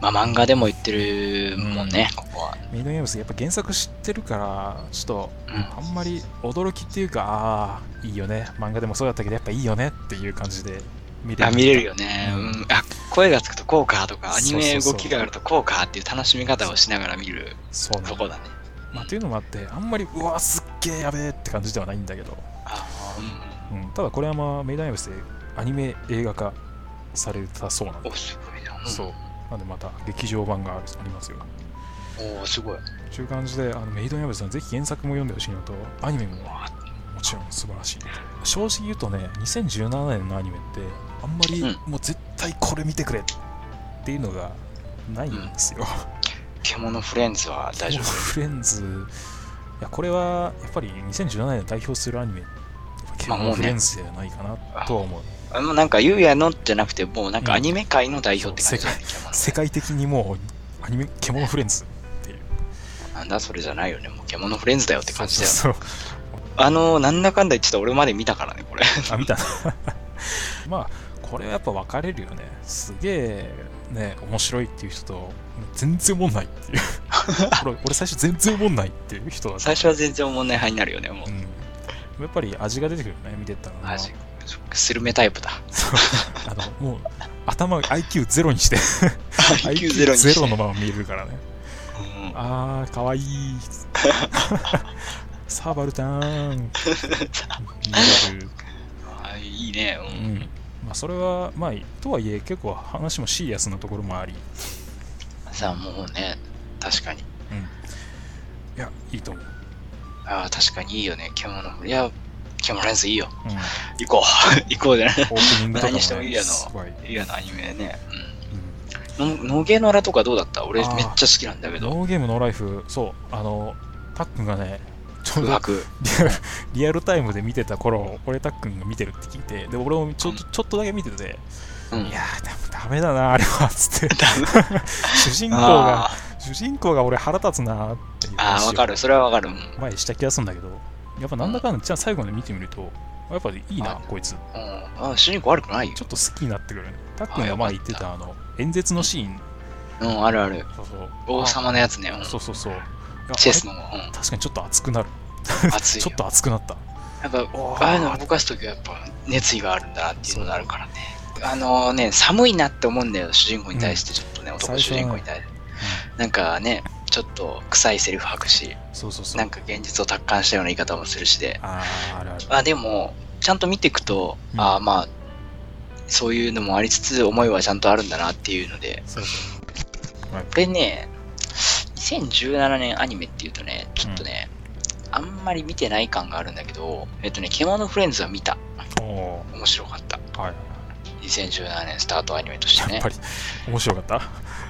Speaker 2: まあ漫画でも言ってるもんね、ここは。
Speaker 1: メイドインアビス、やっぱ原作知ってるから、ちょっと
Speaker 2: うん。
Speaker 1: あんまり驚きっていうか、ああ、いいよね、漫画でもそうだったけど、やっぱいいよねっていう感じで見れ
Speaker 2: あ
Speaker 1: る
Speaker 2: 見れるよね、
Speaker 1: う
Speaker 2: うんん、あ声がつくとこうかとかアニメ
Speaker 1: そうそうそう
Speaker 2: 動きがあるとこうかっていう楽しみ方をしながら見る
Speaker 1: そうな
Speaker 2: と
Speaker 1: の
Speaker 2: こだね
Speaker 1: まあ、というのもあって、あんまり、うわ、すっげえやべえって感じではないんだけど、
Speaker 2: あ
Speaker 1: うん、ただこれはまあ、メイドインアビスでアニメ映画化されたそうなん
Speaker 2: うん
Speaker 1: で
Speaker 2: お、すごいな、うん、
Speaker 1: そう。なんでまた劇場版があるありますよ。
Speaker 2: おすごい
Speaker 1: という感じで、あのメイドインアビスのぜひ原作も読んでほしいのと、アニメもも
Speaker 2: わあ
Speaker 1: ちろん素晴らしい。正直言うとね、2017年のアニメって、あんまり
Speaker 2: う
Speaker 1: もう絶対これ見てくれっていうのがないんですよ。
Speaker 2: 獣フレンズは大丈 夫
Speaker 1: フレンズ、いやこれはやっぱり2017年を代表するアニメ、やっぱケ
Speaker 2: まあも
Speaker 1: モ
Speaker 2: うね
Speaker 1: フレンズじゃないかなとは思う。
Speaker 2: あもうなんかゆうやのじゃなくてもうなんか
Speaker 1: うん
Speaker 2: アニメ界の代表って感じだね、
Speaker 1: 世界的にもうアニメ、ケモフレンズっていう。
Speaker 2: 獣なんだそれじゃないよねもう獣フレンズだよって感じだよ、
Speaker 1: そうそう
Speaker 2: あのなんだかんだ言ってた俺まで見たからねこれ
Speaker 1: そうあ、見たな。 まあ、これはやっぱ分かれるよね。すげえ、ね、面白いっていう人と、全然おもんないって いう。俺、俺最初全然おもんないっていう人だった。
Speaker 2: 最初は全然問題派になるよねもう、
Speaker 1: うんやっぱり味が出てくるよね、見てったら。
Speaker 2: あそっかスルメタ イプだ
Speaker 1: そうあのもう頭を IQ ゼロにして
Speaker 2: IQ ゼロにして
Speaker 1: ゼロのまま見えるからね
Speaker 2: うん
Speaker 1: あーか わいいサーバルターン見える
Speaker 2: あいいねう
Speaker 1: うんんまあそれはまあとはいえ結構話もシリアスなところもあり、
Speaker 2: さあもうね確かに
Speaker 1: うん、いやいいと思う、
Speaker 2: ああ確かにいいよね獣のいや獣レンズいいよ
Speaker 1: うん、オー
Speaker 2: 行こう 行こうじゃない
Speaker 1: プニングとかも、
Speaker 2: 何してもいいやの
Speaker 1: すごい、うん、
Speaker 2: いいよなアニメねうんの野毛のらとかどうだった俺
Speaker 1: あー
Speaker 2: めっちゃ好きなんだけど
Speaker 1: ノーゲームノーライフそうあのたっくんがねちょう
Speaker 2: 空
Speaker 1: ど
Speaker 2: 白
Speaker 1: リアル リアルタイムで見てた頃、俺たっくんが見てるって聞いて、で、俺もちょっとちょっとだけ見てて、
Speaker 2: うん
Speaker 1: いやー、ダダメだな、あれは、つって。 主人公が
Speaker 2: あ、
Speaker 1: 主人公が俺腹立つなっていう
Speaker 2: ーあー
Speaker 1: 話を
Speaker 2: わかるそれはわかるうん
Speaker 1: 前にした気がするんだけど、やっぱなんだかんだ、じゃあ最後まで見てみると、やっぱりいいな、
Speaker 2: あ
Speaker 1: こいつ。
Speaker 2: あー主人公悪くないよ
Speaker 1: ちょっと好きになってくるね。たっくんが前言ってた、あの、演説のシーン、
Speaker 2: うんあるある
Speaker 1: そうそう。
Speaker 2: 王様のやつねう
Speaker 1: あ。
Speaker 2: ん
Speaker 1: そうそうそう。いや
Speaker 2: チェスの
Speaker 1: あ
Speaker 2: うん
Speaker 1: れ確かにちょっと熱くなる。
Speaker 2: 熱い
Speaker 1: ちょ
Speaker 2: よ
Speaker 1: っと熱くなった。
Speaker 2: やっぱ、
Speaker 1: おー
Speaker 2: ああいうのを動かすときはやっぱ熱意があるんだなっていうのがあるからね。あのね、寒いなって思うんだよ、主人公に対して、ちょっとね、男の主人公に対して。なんかね、ちょっと臭いセリフ吐くし、
Speaker 1: そうそうそう
Speaker 2: なんか現実を達観したような言い方もするしで。
Speaker 1: あーあるある
Speaker 2: あでも、ちゃんと見ていくと、
Speaker 1: うん
Speaker 2: ああまあ、そういうのもありつつ、思いはちゃんとあるんだなっていうので、
Speaker 1: そうそう
Speaker 2: これね、2017年アニメっていうとね、ちょっとね、あんまり見てない感があるんだけど、えっとね、獣フレンズは見た。
Speaker 1: お
Speaker 2: 面白かった。
Speaker 1: ーはい
Speaker 2: 2017年スタートアニメとして
Speaker 1: やっ
Speaker 2: ね
Speaker 1: ぱ、り面白かった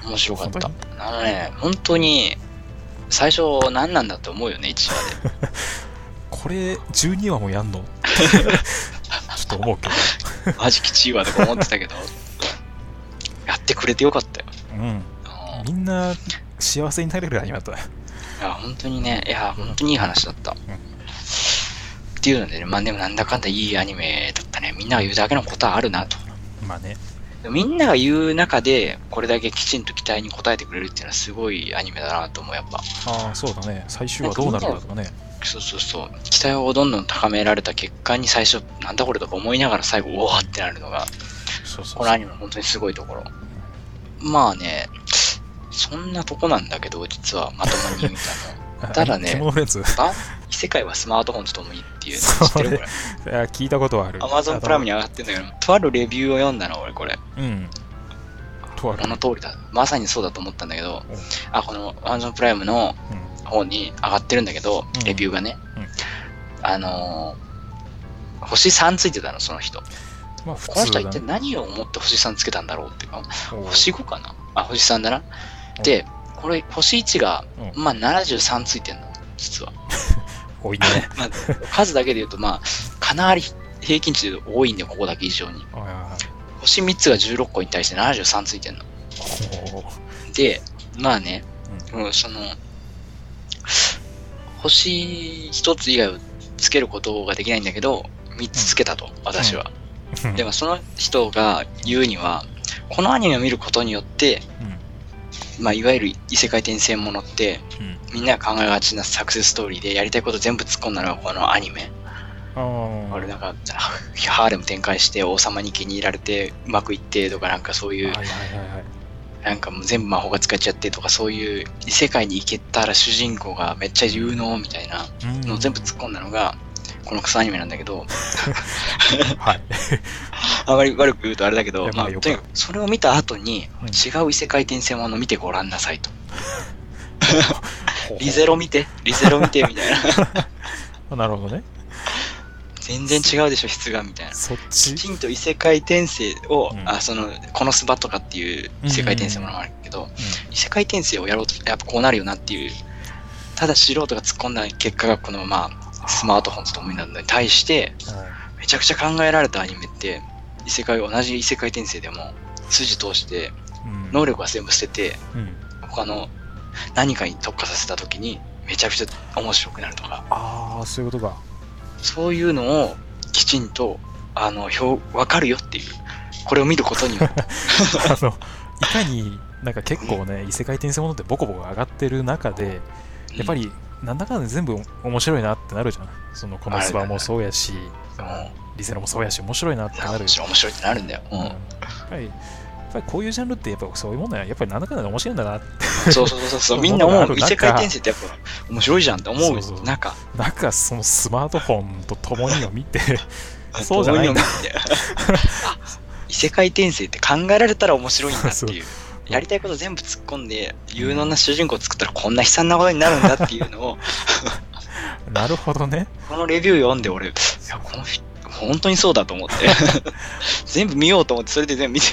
Speaker 2: 面白かった
Speaker 1: 本。
Speaker 2: あのね、本当に、最初何なんだと思うよね、一話で。
Speaker 1: これ12話もやんの ちょっと思うけど
Speaker 2: マジきちいわとか思ってたけど、 やってくれてよかったよ。
Speaker 1: うん
Speaker 2: うん
Speaker 1: みんな幸せになれるアニメだった
Speaker 2: いや、本当にね、いや、本当にいい話だった。っていうのでね、まあでもなんだかんだいいアニメだったね。みんなが言うだけのことはあるなと。
Speaker 1: まあね
Speaker 2: でもみんなが言う中で、これだけきちんと期待に応えてくれるっていうのはすごいアニメだなと思う、やっぱ。
Speaker 1: ああそうだね最終話どうなるんだとかね
Speaker 2: そうそうそう。期待をどんどん高められた結果に最初、なんだこれとか思いながら最後、おわってなるのが、
Speaker 1: そうそう
Speaker 2: この
Speaker 1: そ
Speaker 2: ア
Speaker 1: う
Speaker 2: ニメの本当にすごいところ。まあね、そんなとこなんだけど、実はまともに見たの。た だね
Speaker 1: 獣フレンズ
Speaker 2: あ異世界はスマートフォンとともにっていうの知ってるこれ。
Speaker 1: いや聞いたことはある
Speaker 2: アマゾンプライム
Speaker 1: に
Speaker 2: に上がってんだけど、とあるレビューを読んだの、俺、これ。
Speaker 1: うんとあ
Speaker 2: こ
Speaker 1: る
Speaker 2: の通りだ。まさにそうだと思ったんだけど
Speaker 1: うん、
Speaker 2: あ、このアマゾンプライムの
Speaker 1: うん
Speaker 2: 方に上がってるんだけど
Speaker 1: うん、
Speaker 2: レビューがね
Speaker 1: うん。
Speaker 2: あのー、星3ついてたの、その人。
Speaker 1: まあ普
Speaker 2: この
Speaker 1: 通
Speaker 2: 人は
Speaker 1: だ
Speaker 2: 一体
Speaker 1: ね
Speaker 2: 何を思って星3つけたんだろうっていうか、
Speaker 1: おう
Speaker 2: 星5かなあ、星3だな。で、これ、星1が、
Speaker 1: うん
Speaker 2: まあ73ついてんの、実 は。
Speaker 1: 多いね
Speaker 2: まあ数だけで言うと、まあ、かなり平均値で多いんだよ、ここだけ以上に。
Speaker 1: はいはいはい
Speaker 2: 星3つが16個に対して73ついてんの。
Speaker 1: おう
Speaker 2: で、まあね、うん、その、星1つ以外をつけることができないんだけど、3つつけたと、私は。
Speaker 1: うん
Speaker 2: でもその人が言うには、このアニメを見ることによって、
Speaker 1: うん
Speaker 2: まあ、いわゆる異世界転生ものって、
Speaker 1: うん
Speaker 2: みんなが考えがちなサクセスストーリーでやりたいこと全部突っ込んだのがこのアニメ。
Speaker 1: あ
Speaker 2: あれ
Speaker 1: だ
Speaker 2: なんか、ハーレム展開して王様に気に入られてうまくいってとかなんかそういう
Speaker 1: はいはいはいはい
Speaker 2: なんかもう全部魔法が使っちゃってとかそういう異世界に行けたら主人公がめっちゃ有能みたいな
Speaker 1: うん
Speaker 2: のを全部突っ込んだのがこのクソアニメなんだけど
Speaker 1: はい
Speaker 2: あまり悪く言うとあれだけど
Speaker 1: いやま
Speaker 2: ま
Speaker 1: あ
Speaker 2: あ
Speaker 1: よく
Speaker 2: とにかくそれを見た後に
Speaker 1: うん
Speaker 2: 違う異世界転生もの見てごらんなさいとリゼロ見てリゼロ見てみたいな
Speaker 1: あなるほどね
Speaker 2: 全然違うでしょ質がみたいな
Speaker 1: そっ
Speaker 2: き
Speaker 1: ち
Speaker 2: ちんと異世界転生を、
Speaker 1: うん
Speaker 2: あそのこのスバとかっていう異世界転生ものもあるけど、異世界転生をやろうとやっぱこうなるよなっていうただ素人が突っ込んだ結果がこのまあスマートフォンと共になるのに対して
Speaker 1: う
Speaker 2: めちゃくちゃ考えられたアニメって異世界同じ異世界転生でも筋通して
Speaker 1: ん
Speaker 2: 能力は全部捨てて
Speaker 1: うん
Speaker 2: 他の何かに特化させた時にめちゃくちゃ面白くなるとか
Speaker 1: ああそういうことか
Speaker 2: そういうのをきちんとあの表分かるよっていうこれを見ることによって
Speaker 1: あのいかになんか結構ね異世界転生ものってボコボコ上がってる中でやっぱりなんだかんだ全部面白いなってなるじゃんそのこのスバもそうやしそのリゼロもそうやし面白いなってなる
Speaker 2: 面白い面白いってなるんだよ、
Speaker 1: うんや
Speaker 2: う
Speaker 1: っぱりやっぱりこういうジャンルってやっぱそういうもんだよやっぱりなんだかんだで面白いんだなって
Speaker 2: ん、そうそうそうそうみんな思う異世界転生ってやっぱ面白いじゃんって思う
Speaker 1: そうそう
Speaker 2: なんか
Speaker 1: なんかそのスマートフォンと共にを見て そうじ
Speaker 2: ど
Speaker 1: ゃ
Speaker 2: う
Speaker 1: ないい
Speaker 2: うん
Speaker 1: だ
Speaker 2: の見て あ異世界転生って考えられたら面白いんだって
Speaker 1: そう
Speaker 2: いうやりたいこと全部突っ込んで有能な主人公を作ったらこんな悲惨なことになるんだっていうのを
Speaker 1: なるほどね
Speaker 2: このレビュー読んで俺いやこの人本当にそうだと思って 全部見ようと思ってそれで全部見て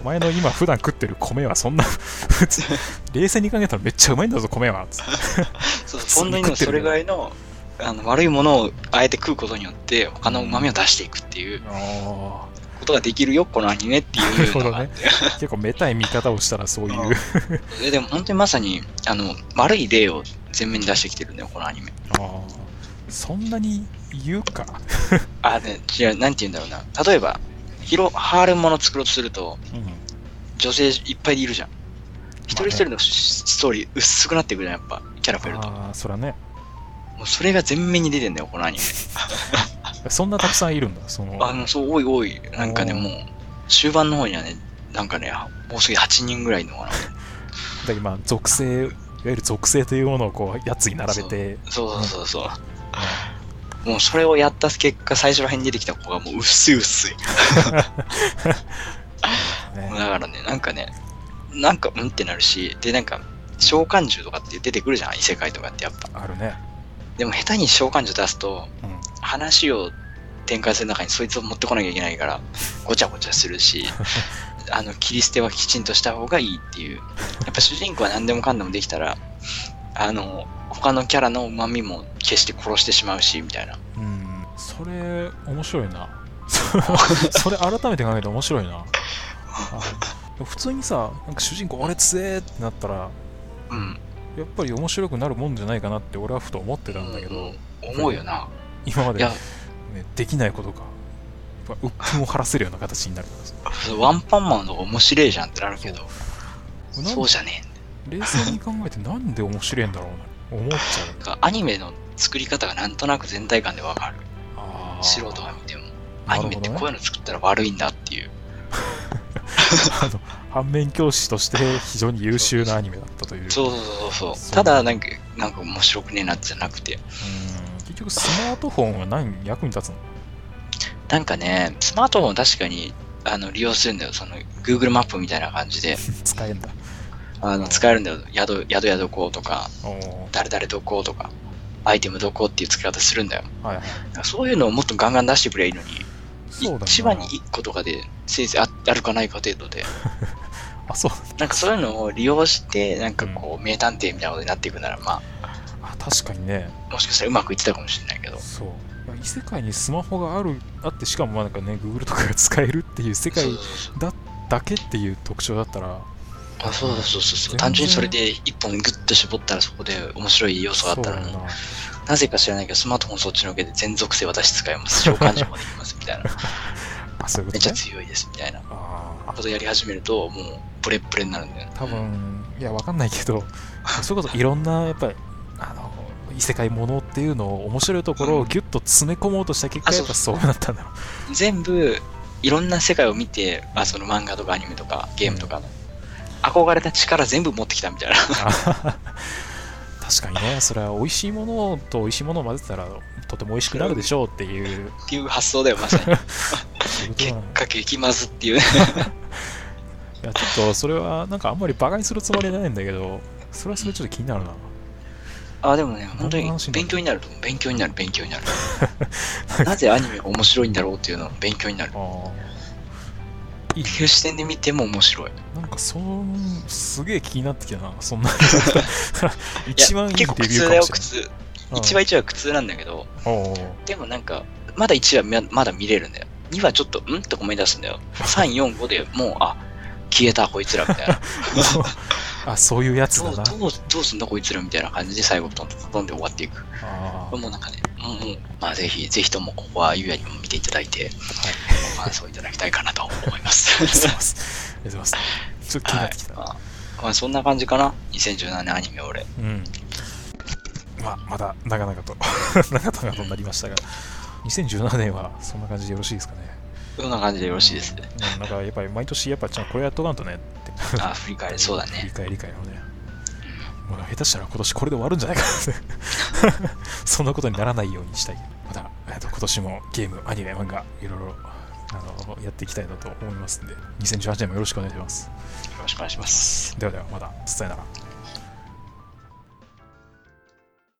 Speaker 1: お前の今普段食ってる米はそんな普通冷静に考えたらめっちゃうまいんだぞ米はつって
Speaker 2: そう
Speaker 1: 普通に
Speaker 2: 本当にでもそれぐらいのあの悪いものをあえて食うことによって他の旨味を出していくっていう
Speaker 1: あ
Speaker 2: ことができるよこのアニメって
Speaker 1: ーなる
Speaker 2: いう
Speaker 1: ほ
Speaker 2: の
Speaker 1: ど
Speaker 2: があっ
Speaker 1: ね
Speaker 2: て
Speaker 1: 結構めたい見方をしたらそういう
Speaker 2: うんえでも本当にまさにあの悪い例を前面に出してきてるんだよこのアニメ
Speaker 1: あーそんなに言うか、
Speaker 2: あね違うなんて言うんだろうな例えば広ハーレムもの作ろうとすると女性いっぱいいるじゃん一人一人のスストーリー薄くなっていくじゃんやっぱキャラ増えると
Speaker 1: ああそらね
Speaker 2: もうそれが全面に出てんだよ、このアニメ。
Speaker 1: そんなたくさんいるんだ、その。
Speaker 2: あの、そう、多い多い。なんかね、
Speaker 1: おー
Speaker 2: もう、終盤の方にはね、なんかね、もうすぐ8人ぐらいいるのかな。
Speaker 1: だ今、属性、いわゆる属性というものをこう、やつに並べて、
Speaker 2: そうそうそうそう。もうそれをやった結果、最初ら辺に出てきた子がもう薄い薄い。
Speaker 1: ね
Speaker 2: だからね、なんかね、なんかうんってなるし、で、なんか、召喚獣とかって出てくるじゃん、異世界とかってやっぱ。
Speaker 1: あるね。
Speaker 2: でも下手に召喚獣出すと、
Speaker 1: うん。
Speaker 2: 話を展開する中にそいつを持ってこなきゃいけないから、ごちゃごちゃする し、あの、切り捨てはきちんとした方がいいっていう。やっぱ主人公は何でもかんでもできたら、あの、他のキャラの旨味も決して殺してしまうし、み たいな。
Speaker 1: うん、それ面白い なそれ改めて考えて面白いなあ普通にさなんか主人公あれつえーってなったら
Speaker 2: うん。
Speaker 1: やっぱり面白くなるもんじゃないかなって俺はふと思ってたんだけど、
Speaker 2: うん思うよな。
Speaker 1: 今ま
Speaker 2: い
Speaker 1: で、
Speaker 2: や
Speaker 1: ね、、できないことがやっぱ鬱憤を晴らせるような形になるからさ
Speaker 2: ワンパンマンの方が面白いじゃんってなるけど、
Speaker 1: そう
Speaker 2: そうじゃね
Speaker 1: 冷静に考えてなんで面白いんだろうな思っちゃう
Speaker 2: え。なんかアニメの作り方がなんとなく全体感でわかる。
Speaker 1: あー
Speaker 2: 素人が見ても。
Speaker 1: な
Speaker 2: ア
Speaker 1: る
Speaker 2: ニ
Speaker 1: ほどね
Speaker 2: メってこういうの作ったら悪いんだっていう。
Speaker 1: あの反面教師として非常に優秀なアニメだったという
Speaker 2: そうそうそう
Speaker 1: そ
Speaker 2: そうう。ただ、なんか、なんか面白くねえなじゃなくて。
Speaker 1: うん結局スマートフォンは何役に立つ の
Speaker 2: なんかね、スマートフォンを確かに、あの、利用するんだよ。その、Google マップみたいな感じで、
Speaker 1: 使えんだ
Speaker 2: あの、使えるんだよ。宿、宿宿こうとか、
Speaker 1: おー
Speaker 2: 誰々どこうとか、アイテムどこうっていう使い方するんだよ。
Speaker 1: はいはい
Speaker 2: だからそういうのをもっとガンガン出してくればいいのに、
Speaker 1: そうだ
Speaker 2: 一
Speaker 1: よ
Speaker 2: 番
Speaker 1: な
Speaker 2: に1個とかで、せいぜいああるかないか程度で、
Speaker 1: あそう
Speaker 2: なんかそういうのを利用して、なんかこう、名探偵みたいなことになっていくなら、ま
Speaker 1: あ確かにね
Speaker 2: あ、もしかしたらうまくいってたかもしれないけど、
Speaker 1: そういや異世界にスマホがあるあってしかもまあなんかね Google とかが使えるっていう世界
Speaker 2: そうそうそう
Speaker 1: だけっていう特徴だったら
Speaker 2: あそうそうそうそ
Speaker 1: 全然
Speaker 2: う、単純にそれで一本グッと絞ったらそこで面白い要素があったの
Speaker 1: そう
Speaker 2: に
Speaker 1: だ、よな
Speaker 2: なぜか知らないけど、スマートフォンそっちのけで全属性私使えます、召喚獣もできますみた いな、
Speaker 1: あそういうこ
Speaker 2: めっ
Speaker 1: と
Speaker 2: ちゃ
Speaker 1: ね
Speaker 2: 強いですみたいな
Speaker 1: あ
Speaker 2: ことやり始めると、もうブレッブレになるんだよね。
Speaker 1: あ多分いやわかんないけど それこそいろんなやっぱりあの異世界ものっていうのを面白いところをギュッと詰め込もうとした結果
Speaker 2: あ
Speaker 1: や
Speaker 2: そう
Speaker 1: っぱそうなったん だろう
Speaker 2: 全部、いろんな世界を見て、あその漫画とかアニメとかゲームとかの、憧れた力全部持ってきたみたいな。
Speaker 1: あ確かにねそれは美味しいものと美味しいものを混ぜたらとても美味しくなるでしょうっていう
Speaker 2: っていう発想だよ、まさ に。
Speaker 1: そういうこと
Speaker 2: 結
Speaker 1: なの
Speaker 2: 果、激まずっていうね。
Speaker 1: いやちょっとそれはなんかあんまりバカにするつもりはないんだけどそれはそれちょっと気になるな
Speaker 2: あ、でもね、本当に
Speaker 1: どんな話になる
Speaker 2: 勉強になると思う。勉強になる、勉強にな る。なぜアニメが面白いんだろうっていうのを勉強になる。っ
Speaker 1: あーいい
Speaker 2: ていう視点で見ても面白い。
Speaker 1: なんかそんすげえ気になってきたな そんな
Speaker 2: いや
Speaker 1: 一番いいレビ
Speaker 2: 結
Speaker 1: ューかもしれ
Speaker 2: 構苦痛だ
Speaker 1: ない
Speaker 2: よ、苦痛。1話1話苦痛なんだけど、
Speaker 1: うんおー
Speaker 2: でもなんか、まだ1話ままだ見れるんだよ。2話ちょっと、んって思い出すんだよ。3、4、5でもう、あ、消えた、こいつら、みたいな。
Speaker 1: あ そういうやつ
Speaker 2: ど
Speaker 1: だ
Speaker 2: う、
Speaker 1: な
Speaker 2: どう、どうすんだ、こいつら、みたいな感じで最後、どんどんどんで終わっていく。
Speaker 1: あー
Speaker 2: もうなんかね、うんうん。まあ、ぜひ、ぜひとも、ここは、ゆうやにも見ていただいて、ご感想いただきたいかなと思いま
Speaker 1: ありがとうご
Speaker 2: す
Speaker 1: ざい。ますありがとうございますちょっと気にな
Speaker 2: は
Speaker 1: ってき
Speaker 2: い。
Speaker 1: た、
Speaker 2: まあ、まあ、そんな感じかな。2017年アニメ、俺。
Speaker 1: うんまあまだ長々と 長々となりましたが2017年はそんな感じでよろしいですかね
Speaker 2: そんな感じでよろしいですね。
Speaker 1: うんなんかやっぱり毎年やっぱちゃんとこれやっとかんとねって
Speaker 2: あ、振り返り、そうだ
Speaker 1: 理
Speaker 2: ね。
Speaker 1: 解理解をね。もう下手したら今年これで終わるんじゃない かなってそんなことにならないようにしたい。また、えっと今年もゲーム、アニメ、漫画、いろいろあのやっていきたいなと思いますんで、2018年もよろしくお願いします。
Speaker 2: よろしくお願いします。
Speaker 1: ではでは、また、さよなら。